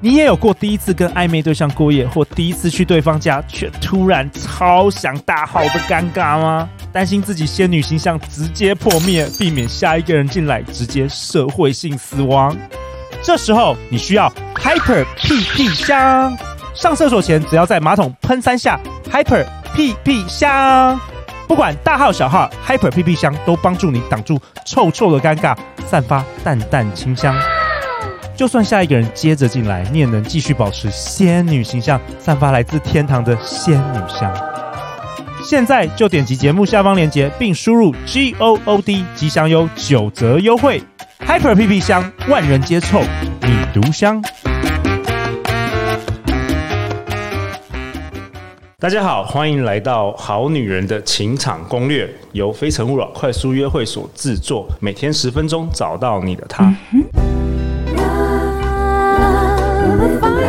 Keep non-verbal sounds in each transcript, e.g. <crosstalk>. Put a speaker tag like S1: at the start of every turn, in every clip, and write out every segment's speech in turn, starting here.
S1: 你也有过第一次跟暧昧对象过夜，或第一次去对方家却突然超想大号的尴尬吗？担心自己仙女形象直接破灭，避免下一个人进来直接社会性死亡。这时候你需要 Hyper PP 香，上厕所前只要在马桶喷三下 Hyper PP 香，不管大号小号，Hyper PP 香都帮助你挡住臭臭的尴尬，散发淡淡清香。就算下一个人接着进来，你也能继续保持仙女形象，散发来自天堂的仙女香。现在就点击节目下方链接，并输入 G O O D 即享有九折优惠。Hyper PP 香，万人皆臭，你独香。大家好，欢迎来到《好女人的情场攻略》，由非诚勿扰快速约会所制作，每天十分钟，找到你的他。
S2: Love, if I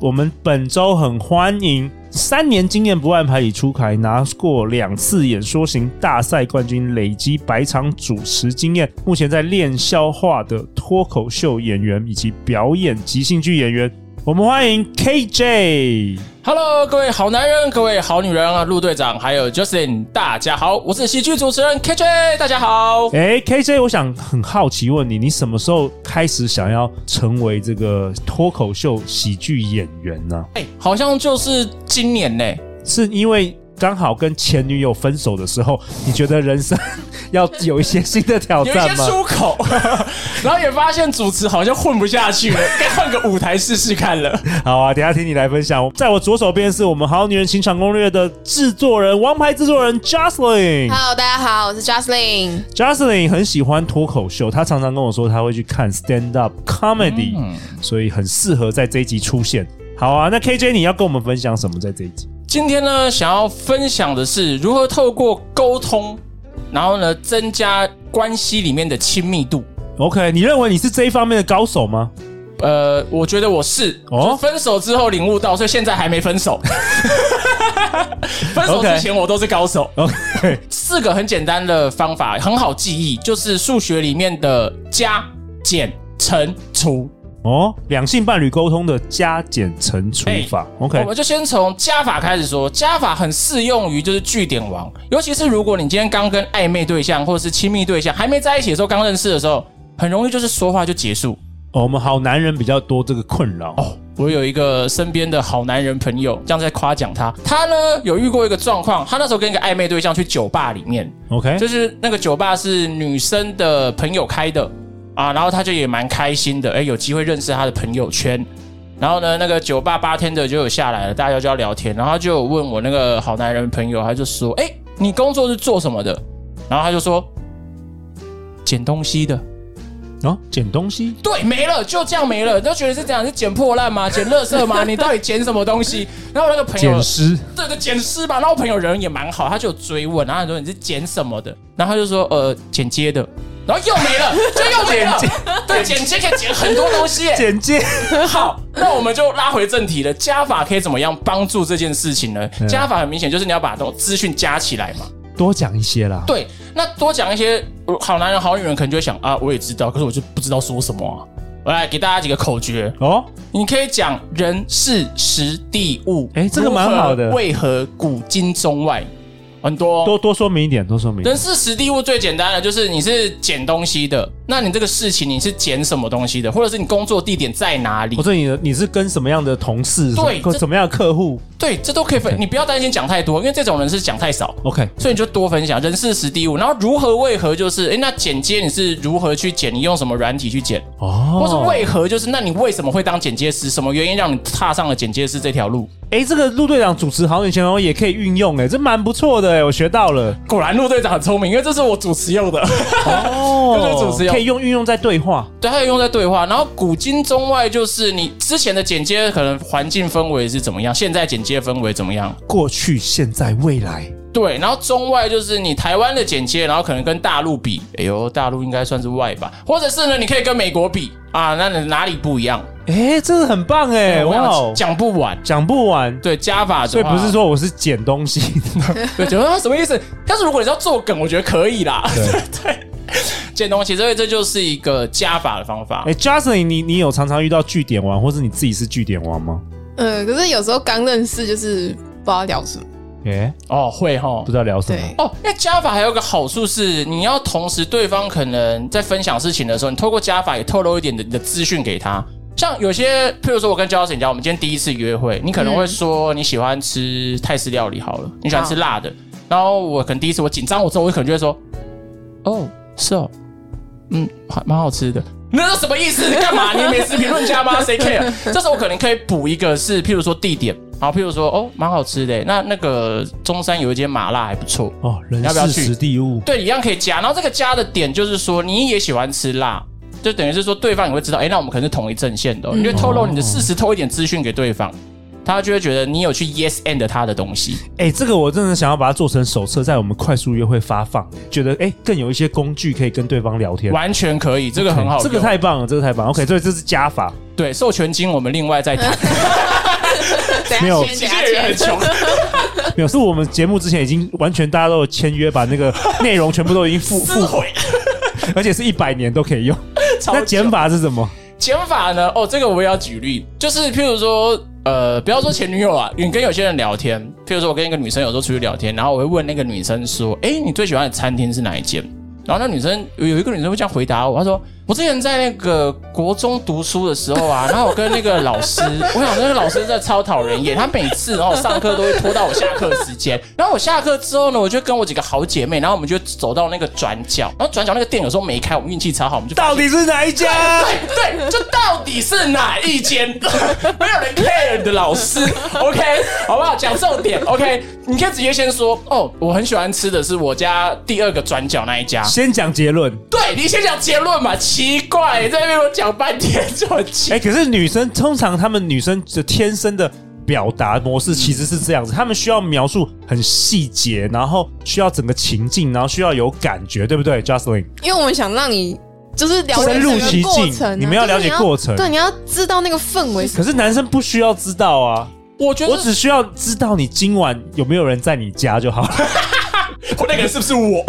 S1: 我们本周很欢迎三年经验不按牌理出牌，拿过两次演说型大赛冠军，累积百场主持经验，目前在练消化的脱口秀演员以及表演即兴剧演员。我们欢迎 KJ。
S3: Hello，各位好男人，各位好女人啊，陆队长还有 Justin，大家好，我是喜剧主持人 KJ，大家好。
S1: 哎，KJ，我想很好奇问你，你什么时候开始想要成为这个脱口秀喜剧演员呢？
S3: 哎、好像就是今年呢、
S1: 是因为刚好跟前女友分手的时候，你觉得人生 <laughs> 要有一些新的挑
S3: 有一些
S1: 战吗？
S3: 出口， <laughs> 然后也发现主持好像混不下
S1: <laughs>
S3: 去了，该换个舞台试试看了。
S1: 好啊，等一下听你来分享。在我左手边是我们《好女人情场攻略》的制作人、王牌制作人 Jocelyn。
S4: Hello，大家好，我是 Jocelyn。
S1: Jocelyn 很喜欢脱口秀，她常常跟我说她会去看 stand up comedy，、所
S3: 嗯
S1: 以很适合在这一集出现。好啊，那 KJ 你要跟我们分享什么在这一集？
S3: 今天呢，想要分享的是如何透过沟通，然后呢，增加关系里面的亲密度。
S1: OK，你认为你是这一方面的高手吗？
S3: 呃，我觉得我是，
S1: 哦
S3: 哦，分手之后领悟到，所以现在还没
S1: <laughs>
S3: 分手。分手
S1: OK
S3: 之前我都是高手。
S1: OK，
S3: 四个很简单的方法，很好记忆，就是数学里面的加、减、乘、除。
S1: 哦，两性伴侣沟通的加减乘除法。
S3: 哎我
S1: OK，
S3: 们就先从加法开始说，加法很适用于就是据点王，尤其是如果你今天刚跟暧昧对象或者是亲密对象还没在一起的时候，刚认识的时候，很容易就是说话就结束。
S1: 哦我们好男人比较多这个困扰。
S3: 哦，我有一个身边的好男人朋友，这样在夸奖他。他呢有遇过一个状况，他那时候跟一个暧昧对象去酒吧里面，
S1: OK，
S3: 就是那个酒吧是女生的朋友开的啊，然后他就也蛮开心的，哎，有机会认识他的朋友圈。然后呢，那个酒吧 bartender 就有下来了，大家就要聊天，然后他就有问我那个好男人朋友，他就说：“哎，你工作是做什么的？”然后他就说：“捡东西的。”
S1: 哦，捡东西。
S3: 对，没了，就这样没了。都觉得是这样，是捡破烂 <laughs> 吗？捡垃圾吗？你到底捡什么东西？ <laughs> 然后我那个朋友
S1: 捡，尸，
S3: 对对，捡尸吧。然后我朋友人也蛮好，他就有追问，然后他说你是捡什么的？然后他就说呃，剪接的。然后又没 <laughs> 了，就又没了。对，剪接可以剪很多东西耶。
S1: 简介。
S3: 好，那我们就拉回正题了。加法可以怎么样帮助这件事情呢？加法很明显就是你要把东资讯加起来嘛。
S1: 多讲一些啦。
S3: 对，那多讲一些呃好男人、好女人，可能就会想啊，我也知道，可是我就不知道说什么啊。我来给大家几个口诀，
S1: 哦，
S3: 你可以讲人、事、时、地、物，
S1: 诶这个蛮好的
S3: 如何为何古今中外很多、哦？
S1: 多多说明一点，多说明一点
S3: 人。事时地物最简单的就是你是捡东西的，那你这个事情你是捡什么东西的，或者是你工作地点在哪里
S1: 我？说你的你是跟什么样的同事，
S3: 对
S1: 跟
S3: 这
S1: 什么样的客户
S3: 对，这都可以分，
S1: <laughs>
S3: 你不要担心讲太多，因为这种人是讲太少。
S1: ？OK，
S3: 所以你就多分享人事时地物，然后如何为何就是，诶，那剪接你是如何去剪？你用什么软体去剪？
S1: 哦，
S3: 或是为何就是，那你为什么会当剪接师？什么原因让你踏上了剪接师这条路？
S1: 哎，这个陆队长主持好女前龙也可以运用，哎，这蛮不错的，哎，我学到了。
S3: 果然陆队长很聪明，因为这是我主持用的，
S1: <laughs> 哦
S3: 这个主持用
S1: 可以用运用在对话。
S3: <laughs> 对，还有用在对话。然后古今中外，就是你之前的剪接可能环境氛围是怎么样，现在剪接氛围怎么样？
S1: 过去、现在、未来，
S3: 对，然后中外就是你台湾的剪接，然后可能跟大陆比，哎呦，大陆应该算是外吧，或者是呢，你可以跟美国比啊，那你哪里不一样？
S1: 哎，这个很棒哎，
S3: 我
S1: 哇哦
S3: 想，讲不完。
S1: 讲不完，
S3: 对加法的
S1: 所以
S3: 话，
S1: 不是说我是捡东西， <laughs>
S3: 对，觉得什么意思？但是如果你是要做梗，我觉得可以啦。对 <laughs> 对，捡东西，所以这就是一个加法的方法。
S1: 哎、j u s t i n 你你有常常遇到据点王，或是你自己是据点王吗？
S4: 嗯，可是有时候刚认识就是不知道聊什么。
S1: 哎、
S3: 哦，会哈
S1: 不。知道聊什么
S4: 对。
S3: 哦，因为加法还有个好处是，你要同时对方可能在分享事情的时候，你透过加法也透露一点的你的资讯给他。像有些，譬如说我跟 Justin 讲，我们今天第一次约会，你可能会说你喜欢吃泰式料理，好了，你喜欢吃辣的。然后我可能第一次我紧张，我之后我可能就会说，哦，是哦，嗯，还蛮好吃的。那是什么意思？你干嘛？你美食评论家吗？谁 care？这时候我可能可以补一个是，譬如说地点，好，譬如说哦，蛮好吃的。那那个中山有一间麻辣还不错，
S1: 哦，人
S3: 要不要
S1: 事
S3: 去
S1: 实地物，
S3: 对，一样可以加。然后这个加的点就是说，你也喜欢吃辣，就等于是说对方也会知道，哎，那我们可能是同一阵线
S1: 嗯
S3: 的哦、你就透露你的事实，透一点资讯给对方，他就会觉得你有去 yes and 他的东西。
S1: 哎、这个我真的想要把它做成手册，在我们快速约会发放，觉得哎、更有一些工具可以跟对方聊天。
S3: 完全可以，这个很好
S1: 哦
S3: 用。
S1: 这个太棒了，这个太棒了。OK，所以这是加法，
S3: 对，授权金我们
S1: <laughs>
S3: 另外再谈。
S4: 等
S1: 没有
S4: 下签，等下签。
S3: 穷，
S1: 没有，是我们节目之前已经完全大家都有签约，把那个内容全部都已经复复
S3: 毁，
S1: <laughs> 而且是一百年都可以用。
S3: 超
S1: 那减
S3: 穷
S1: 法是什么？
S3: 减法呢？哦，这个我也要举例，就是譬如说，呃，不要说前女友啊，你跟有些人聊天，譬如说我跟一个女生有时候出去聊天，然后我会问那个女生说，哎、你最喜欢的餐厅是哪一间？然后那女生有一个女生会这样回答我，她说：“我之前在那个国中读书的时候啊，然后我跟那个老师，我想那个老师真的超讨人厌，他每次然后上课都会拖到我下课时间，然后我下课之后呢，我就跟我几个好姐妹，然后我们就走到那个转角，然后转角那个店有时候没开，我们运气超好，我们就
S1: 到底是哪一家？
S3: 对，就到底是哪
S1: <laughs>
S3: 一间，没有人 care 你的老师，OK，好不好？讲重点，OK，你可以直接先说，哦，我很喜欢吃的是我家第二个转角那一家。
S1: 先讲结论。
S3: 对你先讲结论嘛，奇怪，你在那边我讲半天就很奇
S1: 哎、可是女生通常她们女生的天生的表达模式其实是这样子，她们需要描述很细节，然后需要整个情境，然后需要有感觉，对不对，Justin？
S4: <laughs> 因为我们想让你就是了解
S1: 深入
S4: 整
S1: 其
S4: 个
S1: 境
S4: 过程啊，
S1: 你们要了解
S4: 就是你
S1: 过程
S4: 对，你要知道那个氛围是
S1: 可是男生不需要知道啊，
S3: 我觉得
S1: 我只需要知道你今晚有没有人在你家就好了。
S3: 我那个人是不
S1: <laughs>
S3: 是我？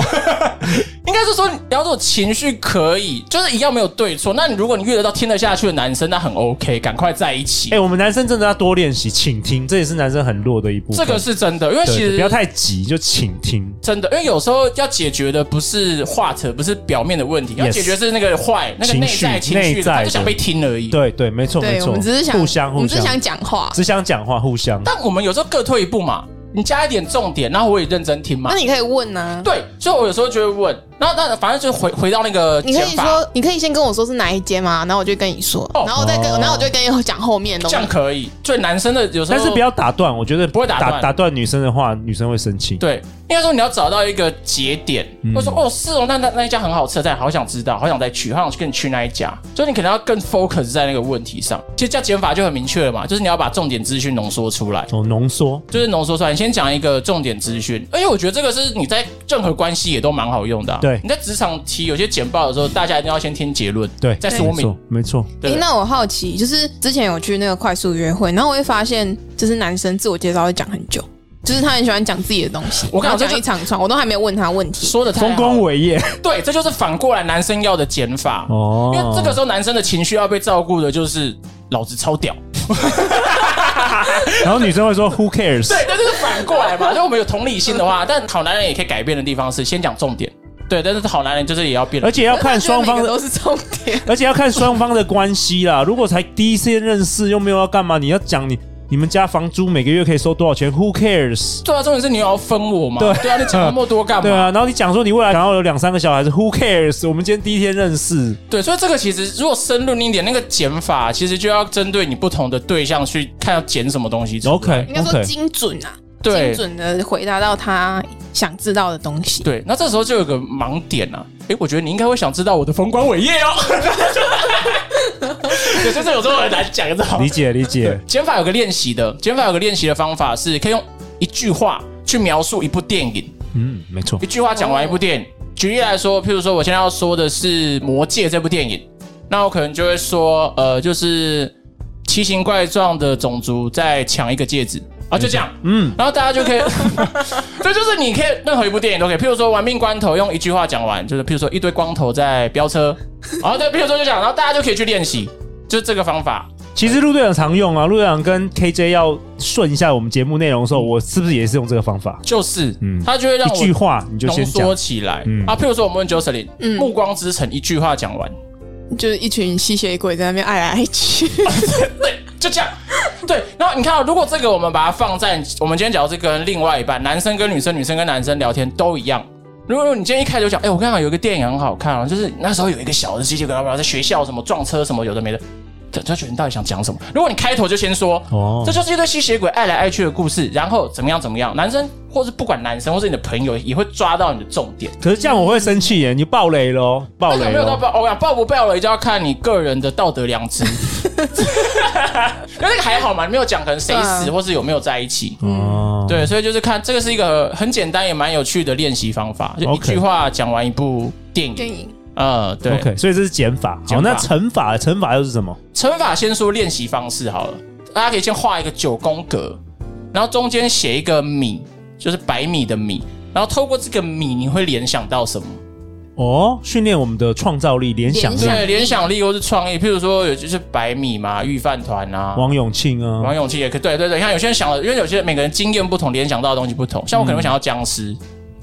S3: 应该是说你要做情绪可以，就是一样没有对错。那你如果你遇得到听得下去的男生，那很 OK，赶快在一起。
S1: 哎、我们男生真的要多练习倾听，这也是男生很弱的一部分。
S3: 这个是真的，因为
S1: 对
S3: 其实
S1: 不要太急，就倾听。
S3: 真的，因为有时候要解决的不是话扯，不是表面的问题，要
S1: Yes
S3: 解决是那个坏、那个
S1: 情
S3: 内
S1: 绪
S3: 在情绪
S1: 内在的
S3: 的，他就想被听而已。
S1: 对对，没错 <laughs> 没
S4: 对，
S1: 错，
S4: 我们只是想
S1: 互相
S4: 我
S1: 互
S4: 们只
S1: 相
S4: 是，想讲话。
S1: 只想讲话，互相。
S3: 但我们有时候各退一步嘛，你加一点重点，然后我也认真听嘛
S4: 那。你可以问啊，
S3: 对，所以我有时候就会问，然后那反正就回回到那个
S4: 你可
S3: 减
S4: 以
S3: 法，
S4: 说，你可以先跟我说是哪一间嘛，然后我就跟你说，
S3: 哦
S4: 然后我再跟，
S1: 哦
S4: 然后我就跟你讲后面的
S3: 这
S4: 东
S3: 样
S4: 西。
S3: 可以。所以男生的有时候，
S1: 但是不要打断，我觉得
S3: 不会打断
S1: 打断女生的话，女生会生气。
S3: 对，应该说你要找到一个节点，或者说哦是哦，那那那一家很好吃，但好想知道，好想再去，好想跟你去那一家，所以你可能要更 focus 在那个问题上。其实叫减法就很明确了嘛，就是你要把重点资讯浓缩出来。
S1: 哦，浓缩。
S3: 就是浓缩出来，你先讲一个重点资讯，而且我觉得这个是你在任何关系也都蛮好用的、啊。
S1: 对
S3: 你在职场提有些简报的时候，大家一定要先听结论，
S1: 对，
S3: 再说
S1: 没
S3: 明
S1: 错，没错。
S3: 对
S4: 诶，那我好奇，就是之前有去那个快速约会，然后我会发现，就是男生自我介绍会讲很久，就是他很喜欢讲自己的东西，
S3: 我跟
S4: 然
S3: 你讲
S4: 后讲一长串，我都还没有问他问题。
S3: 说的
S1: 丰功
S3: 伟，
S1: 伟业
S3: 对，这就是反过来男生要的减法。
S1: 哦
S3: 因为这个时候男生的情绪要被照顾的，就是老子超屌， <laughs>
S1: 然后女生会说 “Who cares”，
S3: 对，但就是反过来嘛。就我们有同理心的话，但好男人也可以改变的地方是先讲重点，对，但是好男人就是也要变
S1: 而。且要看双方
S4: 我觉得
S1: 的，
S4: 每个都是重点， <laughs>
S1: 而且要看双方的关系啦。如果才第一次认识，又没有要干嘛，你要讲你你们家房租每个月可以收多少钱？Who cares？
S3: 对啊，重点是你要分我嘛，
S1: 对
S3: 对啊，你讲那么多干嘛？
S1: 对啊，然后你讲说你未来想要有两三个小孩子，Who cares？我们今天第一天认识，
S3: 对，所以这个其实如果深论一点，那个减法其实就要针对你不同的对象去看要减什么东西出来。
S1: OK
S4: 应该说精准啊，精
S3: 对
S4: 准的回答到他想知道的东西。
S3: 对，那这时候就有个盲点啊，诶，我觉得你应该会想知道我的风光伟业哦。对，就是有时候很难讲，你知道吗
S1: 理解理解
S3: 减法有个练习的，减法有个练习的方法是可以用一句话去描述一部电影，
S1: 嗯，没错
S3: 一，句话讲完一部电影。举例来说，譬如说我现在要说的是《魔戒》这部电影，那我可能就会说，呃，就是奇形怪状的种族在抢一个戒指啊，就这样。
S1: 嗯，
S3: 然后大家就可以， <laughs> 这就是你可以任何一部电影都可以，譬如说《玩命关头》，用一句话讲完，就是譬如说一堆光头在飙车，然后对，譬如说就讲，然后大家就可以去练习，就是这个方法。
S1: 其实陆队长常用啊，陆队长跟 KJ 要顺一下我们节目内容的时候，我是不是也是用这个方法？
S3: 就是，
S1: 嗯
S3: 他就会让
S1: 一句
S3: 我
S1: 话你就先
S3: 浓
S1: 讲
S3: 缩，起来、
S1: 嗯
S3: 啊。譬如说，我们问 Jocelyn，、
S4: 嗯
S3: 暮光之城》一句话讲完，
S4: 就是一群吸血鬼在那边爱来爱去，
S3: 就这样。对，然后你看、哦，如果这个我们把它放在我们今天讲到这跟另外一半，男生跟女生，女生跟男生聊天都一样。如果你今天一开始就讲，哎、我刚好有一个电影很好看啊，就是那时候有一个小的吸血鬼，然后在学校什么撞车什么有的没的，他他觉得你到底想讲什么？如果你开头就先说，
S1: 哦
S3: 这就是一堆吸血鬼爱来爱去的故事，然后怎么样怎么样，男生或是不管男生或是你的朋友也会抓到你的重点。
S1: 可是这样我会生气耶，你爆雷喽，爆
S3: 但是有
S1: 雷哦
S3: 没有到
S1: 喽，
S3: 爆？我跟你讲爆不爆雷就要看你个人的道德良知。 <laughs> 因为那个还好嘛，你没有讲可能谁死
S4: 对啊
S3: 或是有没有在一起。
S1: 哦，
S3: 对，所以就是看这个是一个很简单也蛮有趣的练习方法，就一
S1: OK
S3: 句话讲完一部电影。
S4: 电影
S3: 嗯，对。
S1: ，OK，所以这是减法。
S3: 减
S1: 好，那
S3: 法
S1: 乘法，乘法又是什么？
S3: 乘法先说练习方式好了，大家可以先画一个九宫格，然后中间写一个米，就是百米的米，然后透过这个米你会联想到什么？
S1: 哦，训练我们的创造力、联想力
S4: 联。想
S3: 对，联想力或是创意，譬如说有就是百米嘛，御饭团啊，
S1: 王永庆啊
S3: 王，永庆也可以，对对对，你看有些人想了，因为有些人每个人经验不同，联想到的东西不同。像我可能会想到僵尸、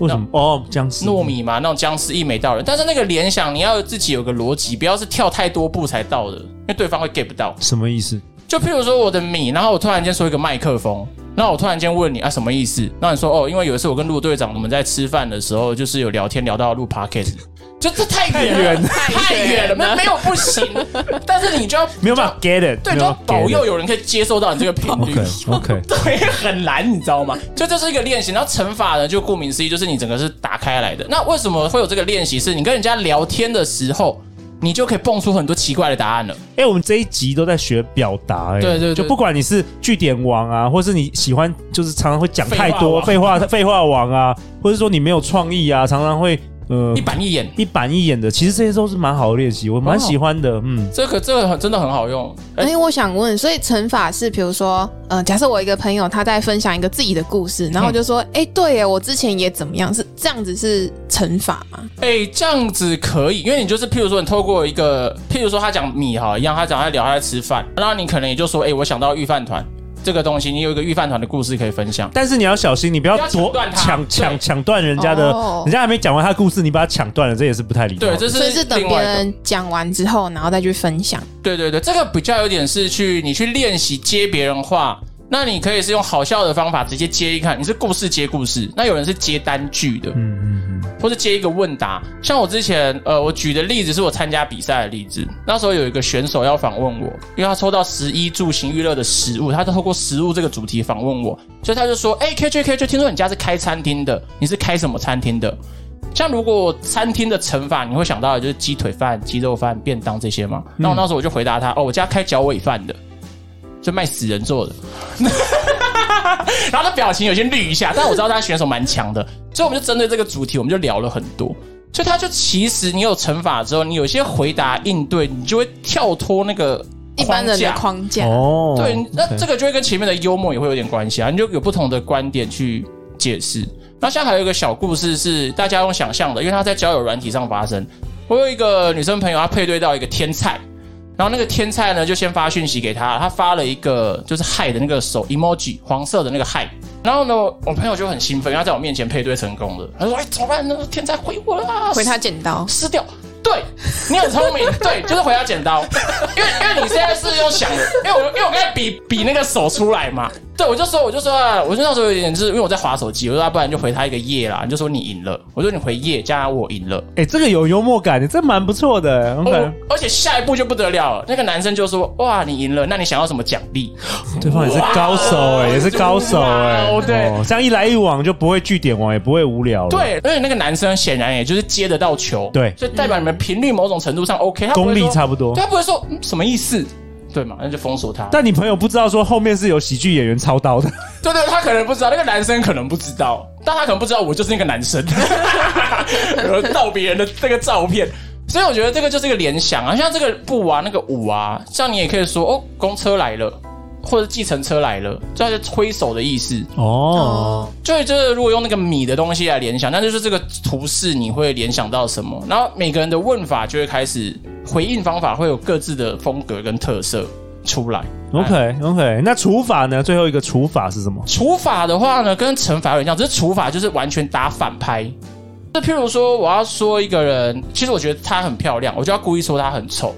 S1: 为什么？哦，僵尸
S3: 糯，米嘛，那种僵尸一眉到人，但是那个联想你要自己有个逻辑，不要是跳太多步才到的，因为对方会 get 不到。
S1: 什么意思？
S3: 就譬如说我的米，然后我突然间说一个麦克风，那我突然间问你啊什么意思？那你说哦，因为有一次我跟陆队长我们在吃饭的时候，就是有聊天聊到录 podcast，就这太远了，太远了，没没有不行，
S1: <laughs>
S3: 但是你就要
S1: 没有办法 get it，
S3: 对，
S1: 没
S3: 就
S1: 有
S3: 要
S1: 办法 get
S3: 保
S1: it
S3: 佑有人可以接受到你这个频
S1: <laughs>
S3: 率。
S1: OK，
S3: 对，很难，你知道吗？就这是一个练习，然后乘法呢，就顾名思义，就是你整个是打开来的。那为什么会有这个练习？是你跟人家聊天的时候，你就可以蹦出很多奇怪的答案了。
S1: 哎、我们这一集都在学表达、哎，
S3: 对对对
S1: 就不管你是据点王啊，或是你喜欢就是常常会讲太多废
S3: 废
S1: 话 <laughs> 废话王啊，或者说你没有创意啊，常常会呃
S4: 嗯
S3: 一板一眼，哦
S1: 一板一眼的，其实这些都是蛮好的练习，我蛮喜欢的，嗯，
S3: 这个这个很真的很好用。哎、
S4: 哎、我想问，所以乘法是，比如说，呃，假设我一个朋友他在分享一个自己的故事，然后我就说，哎、对耶，我之前也怎么样，是这样子是乘法吗？
S3: 哎、这样子可以，因为你就是譬如说，你透过一个，譬如说他讲米哈一样，他讲他聊他在吃饭，然后你可能也就说，哎、我想到御饭团这个东西，你有一个御饭团的故事可以分享。
S1: 但是你要小心，你不要
S3: 不要
S1: 夺
S3: 抢断它
S1: 抢
S3: 对
S1: 抢抢断人家的，
S4: 哦
S1: 人家还没讲完他的故事，你把他抢断了，这也是不太礼貌的。
S3: 对，这
S4: 所以是
S3: 是
S4: 等
S3: 另
S4: 别
S3: 外一个。
S4: 人讲完之后，然后再去分享。
S3: 对对对，这个比较有点是去你去练习接别人话。那你可以是用好笑的方法直接接一看，你是故事接故事，那有人是接单句的，
S1: 嗯嗯嗯，
S3: 或是接一个问答。像我之前，呃，我举的例子是我参加比赛的例子，那时候有一个选手要访问我，因为他抽到十一住行娱乐的食物，他透过食物这个主题访问我，所以他就说，哎、k J K J，听说你家是开餐厅的，你是开什么餐厅的？像如果餐厅的乘法，你会想到的就是鸡腿饭、鸡肉饭、便当这些吗？那我那时候我就回答他，哦，我家开脚尾饭的，就卖死人做的。 <laughs> 然后他表情有些绿一下，但我知道他选手蛮强的，所以我们就针对这个主题，我们就聊了很多。所以他就其实你有乘法之后，你有些回答应对，你就会跳脱那个
S4: 一般人的
S3: 框架
S4: 框架，
S1: 哦，
S3: 对，那
S1: OK
S3: 这个就会跟前面的幽默也会有点关系啊，你就有不同的观点去解释。那现在还有一个小故事是大家用想象的，因为它在交友软体上发生。我有一个女生朋友，她配对到一个天菜，然后那个天菜呢就先发讯息给她，她发了一个就是嗨的那个手 emoji，黄色的那个嗨。然后呢，我朋友就很兴奋，因为他在我面前配对成功了。他说：“哎，怎么办呢？天才回我啊啦！”
S4: 回他剪刀，
S3: 撕掉。对，你很聪明，
S1: <laughs>
S3: 对，就是回家剪刀，因为因为你现在是用想的，因为我因为我刚才比比那个手出来嘛，对，我就说我就说啊，我就那时候有点就是因为我在划手机，我说啊要不然你就回他一个耶啦，你就说你赢了，我说你回耶加上我赢了，
S1: 哎、这个有幽默感，这蛮不错的，OK，、
S3: 哦，而且下一步就不得了了，那个男生就说哇你赢了，那你想要什么奖励？
S1: 对方也是高手
S3: 哦
S1: 哎、也是高手哎、
S3: 哇哦对
S1: 哦，这样一来一往就不会据点王，也不会无聊了。，
S3: 对，而且那个男生显然也就是接得到球，
S1: 对
S3: 所以代表你们频率某种程度上 OK，他不会
S1: 功力
S3: 说
S1: 差不多
S3: 对他不会说、嗯、什么意思，对嘛，那就封锁他。
S1: 但你朋友不知道说后面是有喜剧演员操刀的，
S3: 对对，他可能不知道，那个男生可能不知道，但他可能不知道我就是那个男生，然后盗别人的这个照片。所以我觉得这个就是一个联想啊，像这个布啊，那个舞啊，像你也可以说哦，公车来了，或者计程车来了，这就是挥手的意思。
S1: 哦，
S3: 就是就是，如果用那个米的东西来联想，那就是这个图示你会联想到什么？然后每个人的问法就会开始回应方法会有各自的风格跟特色出来。
S1: OK OK，那除法呢？最后一个除法是什么？
S3: 哦除法的话呢，跟惩罚有点像，只是除法就是完全打反拍。就譬如说，我要说一个人，其实我觉得她很漂亮，我就要故意说她很丑；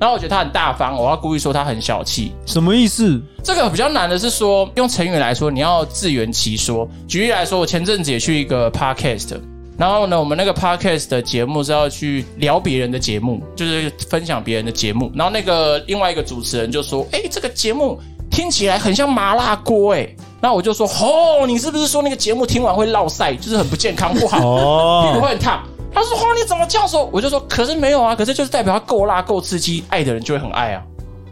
S3: 然后我觉得她很大方，我要故意说她很小气。
S1: 什么意思？
S3: 这个比较难的是说，用成语来说，你要自圆其说。举例来说，我前阵子也去一个 podcast，然后呢，我们那个 podcast 的节目是要去聊别人的节目，就是分享别人的节目。然后那个另外一个主持人就说：“哎，这个节目听起来很像麻辣锅。”哎，那我就说：“哦，你是不是说那个节目听完会落晒，就是很不健康不好？”屁股
S1: <laughs> 哦
S3: <laughs> 会很烫。他说：“哦，你怎么这样说？”我就说：“可是没有啊，可是就是代表他够辣、够刺激，爱的人就会很爱啊。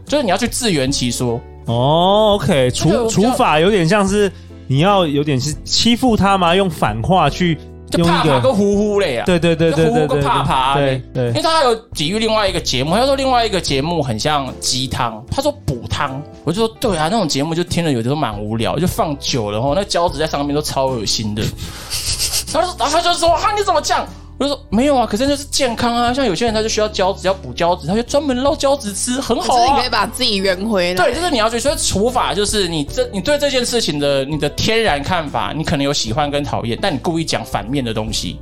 S3: 就是你要去自圆其说，
S1: 哦，OK，
S3: 这
S1: 除
S3: 个我比
S1: 除
S3: 较
S1: 法有点像是你要有点是欺负他嘛，用反话去
S3: 就
S1: 用
S3: 怕
S1: 一
S3: 怕
S1: 个
S3: 跟呼呼类啊。
S1: 对对对对
S3: 就呼
S1: 对
S3: 呼跟
S1: 对
S3: 怕怕啊
S1: 对
S3: 因为
S1: 对
S3: 他有抵御另外一个节目，他说另外一个节目很像鸡汤，他说补汤，我就说对啊，那种节目就听了有的时候蛮无聊，就放久了哦，那胶质在上面都超恶
S1: <laughs>
S3: 心的。然后他就然后他就说啊，你怎么这样？我就说没有啊，可是那就是健康啊，像有些人他就需要胶质，要补胶质，他就专门捞胶质吃，很好
S4: 就是你
S3: 啊
S4: 可以。把自己圆回来。
S3: 对，就是你要去，所以除法就是你这你对这件事情的你的天然看法，你可能有喜欢跟讨厌，但你故意讲反面的东西，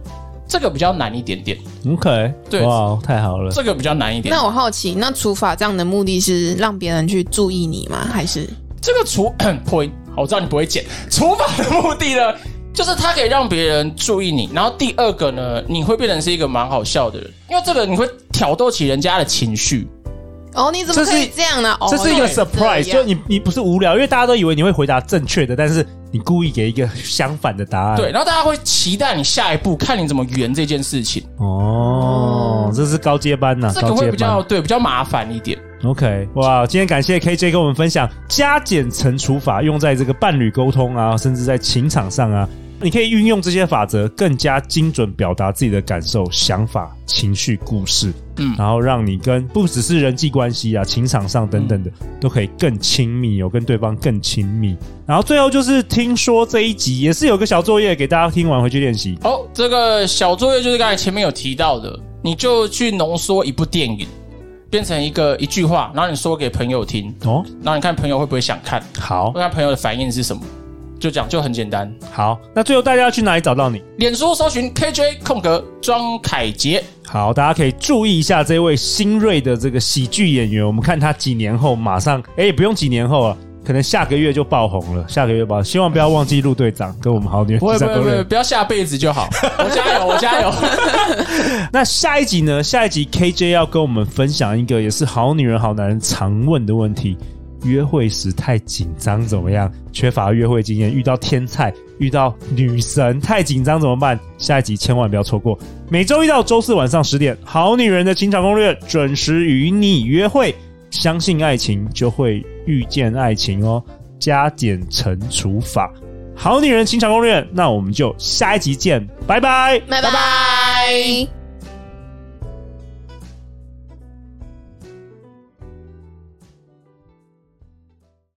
S3: 这个比较难一点点，
S1: ，OK，
S3: 对
S1: 哇，太好了。
S3: 这个比较难一
S1: 嗯
S3: 点。
S4: 那我好奇，那除法这样的目的是让别人去注意你吗？还是
S3: 这个除 <coughs> 破音，好，我知道你不会剪。除法的目的呢，就是它可以让别人注意你，然后第二个呢，你会变成是一个蛮好笑的人，因为这个你会挑逗起人家的情绪。
S4: 哦，你怎
S1: 这
S4: 么
S1: 是
S4: 可以这样呢、哦，
S1: 这是一个
S4: 原来这
S1: surprise，
S4: 样
S1: 就你你不是无聊，因为大家都以为你会回答正确的，但是你故意给一个相反的答案。
S3: 对，，然后大家会期待你下一步，看你怎么圆这件事情，
S1: 哦，这是高阶班呐、
S3: 这
S1: 高
S3: 个
S1: 阶
S3: 会
S1: 班
S3: 比较对比较麻烦一点。
S1: OK，哇！今天感谢 KJ 跟我们分享加减乘除法用在这个伴侣沟通啊，甚至在情场上啊，你可以运用这些法则，更加精准表达自己的感受、想法、情绪、故事，嗯
S3: 嗯，
S1: 然后让你跟不只是人际关系啊、情场上等等的、都可以更亲密哦，跟对方更亲密。然后最后就是听说这一集也是有个小作业给大家听完回去练习，
S3: 哦，这个小作业就是刚才前面有提到的，你就去浓缩一部电影，变成一个一句话，然后你说给朋友听，
S1: 哦。
S3: 然后你看朋友会不会想看，
S1: 好
S3: 会看朋友的反应是什么，就这样，就很简单。
S1: 好，那最后大家要去哪里找到你？
S3: 脸书搜寻 KJ 空格庄凯杰，
S1: 好，大家可以注意一下这位新锐的这个喜剧演员，我们看他几年后马上，哎、也不用几年后啊，可能下个月就爆红了，下个月爆红，希望不要忘记陆队长跟我们好女人
S3: 不会不
S1: 三
S3: 会
S1: 公
S3: 不会，
S1: 认
S3: 不要下辈子就好，我加油我加油。
S1: <laughs> 那下一集呢？下一集 KJ 要跟我们分享一个也是好女人好男人常问的问题：约会时太紧张怎么样？缺乏约会经验，遇到天菜，遇到女神太紧张怎么办？下一集千万不要错过。每周一到周四晚上十点，《好女人的情场攻略》准时与你约会。相信爱情，就会遇见爱情哦。加减乘除法，《好女人情场攻略》。那我们就下一集见，拜拜。
S4: 拜拜。